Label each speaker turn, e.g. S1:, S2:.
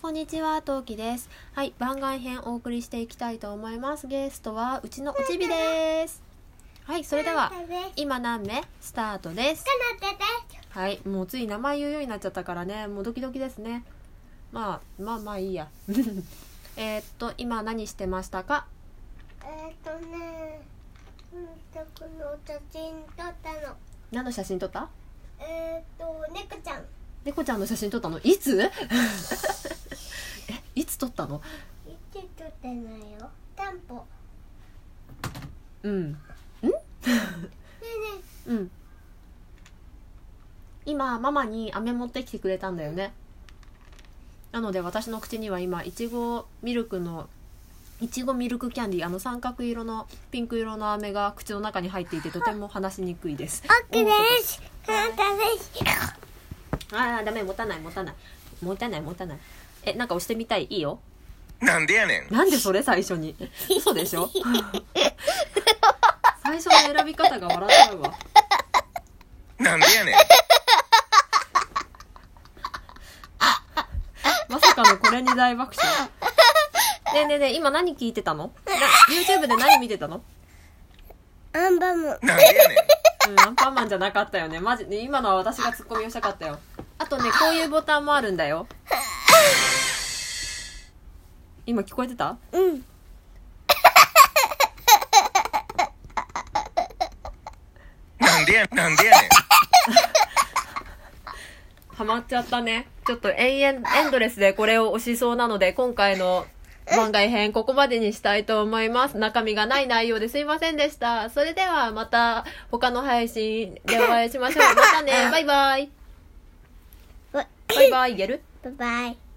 S1: こんにちは、トウキです。はい、番外編お送りしていきたいと思います。ゲストはうちのおちびです。はい、それでは
S2: かなてです
S1: 今何目スタートです。
S2: かなてです
S1: はい、もうつい名前言うようになっちゃったからね、もうドキドキですね。まあ、まあまあいいや。 えーっと、今何してましたか。
S2: えーっとねうんとこの写真撮ったの
S1: 何の写真撮った？
S2: えーっと猫ちゃん
S1: 猫ちゃんの写真撮ったの？いつ？ え、いつ撮ったの？
S2: いつ撮ってないよタンポね
S1: うん。
S2: えね
S1: うん。今ママに飴持ってきてくれたんだよね。なので私の口には今いちごミルクのいちごミルクキャンディーあの三角色のピンク色の飴が口の中に入っていてとても話しにくいです。
S2: オッケーですかなたです
S1: ああダメ持たない持たない持たない持たない。えなんか押してみたいいいよ。
S3: なんでやねん。
S1: なんでそれ最初に嘘でしょ 最初の選び方が笑っちゃうわ。
S3: なんでやねん。
S1: まさかのこれに大爆笑。ねえねえねえ、今何聞いてたのな ?YouTube で何見てたの
S2: アンバム
S3: なんでやねん。
S1: うん、アンパンマンじゃなかったよね。マジで、今のは私がツッコミをしたかったよ。あとね、こういうボタンもあるんだよ。今聞こえてた
S2: うん
S3: なんでや、なんでやねん。
S1: ハマっちゃったね。ちょっと永遠、エンドレスでこれを押しそうなので、今回の番外編、ここまでにしたいと思います。中身がない内容ですいませんでした。それではまた他の配信でお会いしましょう。またね、バイバイ。
S2: バ
S1: バイバイ、言える
S2: バイバイ